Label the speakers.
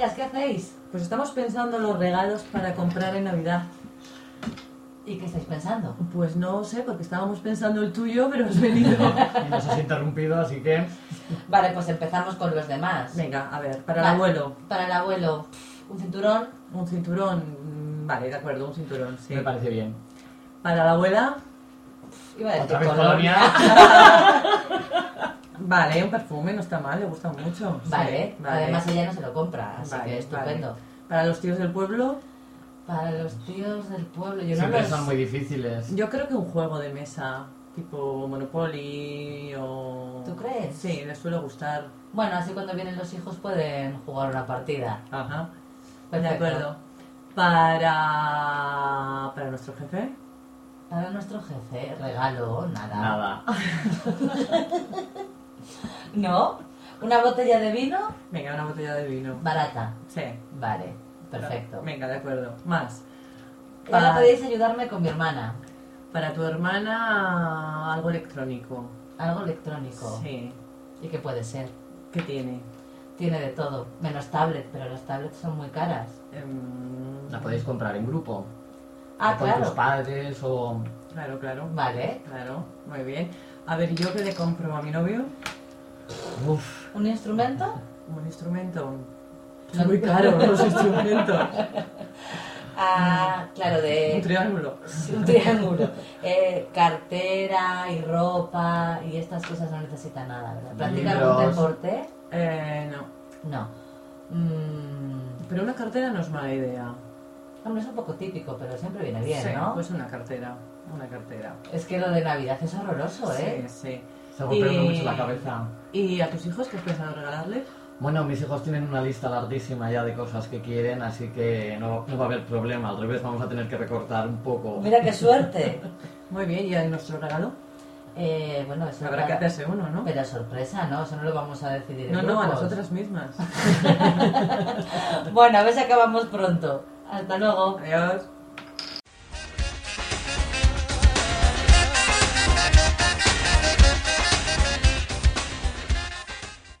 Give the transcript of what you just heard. Speaker 1: hacéis? Pues estamos pensando en los regalos para comprar en Navidad.
Speaker 2: ¿Y qué estáis pensando?
Speaker 1: Pues no sé, porque estábamos pensando el tuyo, pero has venido.
Speaker 3: Y nos has interrumpido, así que.
Speaker 2: Vale, pues empezamos con los demás.
Speaker 1: Venga, a ver, para
Speaker 2: Vale,
Speaker 1: el abuelo,
Speaker 2: Para el abuelo, un cinturón.
Speaker 1: un cinturón. mm, Vale, de acuerdo, un cinturón, sí.
Speaker 3: Me parece bien.
Speaker 1: Para la abuela,
Speaker 2: Iba a decir
Speaker 3: Otra vez
Speaker 2: color.
Speaker 3: colonia.
Speaker 1: vale, un perfume, no está mal, le gusta mucho. sí,
Speaker 2: Vale, además ella no se lo compra, así
Speaker 1: Vale,
Speaker 2: que estupendo.
Speaker 1: vale. Para los tíos del pueblo,
Speaker 2: Para los tíos del pueblo, yo
Speaker 3: Siempre
Speaker 2: no los...
Speaker 3: son muy difíciles.
Speaker 1: yo creo que un juego de mesa, tipo Monopoly o...
Speaker 2: ¿Tú crees?
Speaker 1: Sí, les suele gustar.
Speaker 2: Bueno, así cuando vienen los hijos pueden jugar una partida.
Speaker 1: Ajá. De
Speaker 2: Perfecto.
Speaker 1: acuerdo. Para... para nuestro jefe,
Speaker 2: Para nuestro jefe, regalo, nada.
Speaker 3: Nada.
Speaker 2: ¿No? Una botella de vino
Speaker 1: venga, una botella de vino.
Speaker 2: barata.
Speaker 1: Sí.
Speaker 2: Vale, perfecto.
Speaker 1: Venga, de acuerdo. Más.
Speaker 2: Ahora
Speaker 1: Para,
Speaker 2: podéis ayudarme con mi hermana.
Speaker 1: para tu hermana, algo electrónico.
Speaker 2: Algo electrónico.
Speaker 1: Sí.
Speaker 2: ¿Y qué puede ser?
Speaker 1: ¿Qué tiene?
Speaker 2: Tiene de todo, menos tablet, pero las tablets son muy caras.
Speaker 1: Em,
Speaker 3: La podéis comprar en grupo.
Speaker 2: Ah,
Speaker 3: o con tus
Speaker 2: claro.
Speaker 3: padres o.
Speaker 1: Claro, claro.
Speaker 2: Vale.
Speaker 1: Claro, muy bien. A ver, ¿y ¿yo qué le compro a mi novio?
Speaker 3: Uf.
Speaker 2: ¿Un instrumento?
Speaker 1: Un instrumento.
Speaker 2: No.
Speaker 1: Son muy caros los instrumentos.
Speaker 2: Ah,
Speaker 1: Mm.
Speaker 2: claro, de...
Speaker 1: Un triángulo.
Speaker 2: Sí, un triángulo. Eh, cartera y ropa y estas cosas no necesita nada, ¿verdad? ¿Practica algún
Speaker 3: Libros.
Speaker 2: deporte?
Speaker 1: Eh, no.
Speaker 2: No. Mm,
Speaker 1: Pero una cartera no es mala idea.
Speaker 2: hombre, es un poco típico, pero siempre viene bien,
Speaker 1: sí,
Speaker 2: ¿no?
Speaker 1: pues una cartera. Una cartera.
Speaker 2: Es que lo de Navidad es horroroso, ¿eh?
Speaker 1: Sí, sí.
Speaker 3: Está golpeando
Speaker 1: Y-
Speaker 3: mucho la cabeza.
Speaker 1: ¿Y a tus hijos qué has pensado regalarles?
Speaker 3: Bueno, mis hijos tienen una lista larguísima ya de cosas que quieren, así que no, no va a haber problema. Al revés, vamos a tener que recortar un poco.
Speaker 2: Mira qué suerte.
Speaker 1: Muy bien, ¿y a nuestro regalo?
Speaker 2: Eh, bueno, eso
Speaker 1: Habrá que
Speaker 2: para-
Speaker 1: hacerse uno, ¿no?
Speaker 2: Pero sorpresa, ¿no? Eso no lo vamos a decidir. en
Speaker 1: No, no, a
Speaker 2: grupos.
Speaker 1: nosotras mismas.
Speaker 2: Bueno, a ver si acabamos pronto. Hasta luego.
Speaker 1: 哎 Adiós.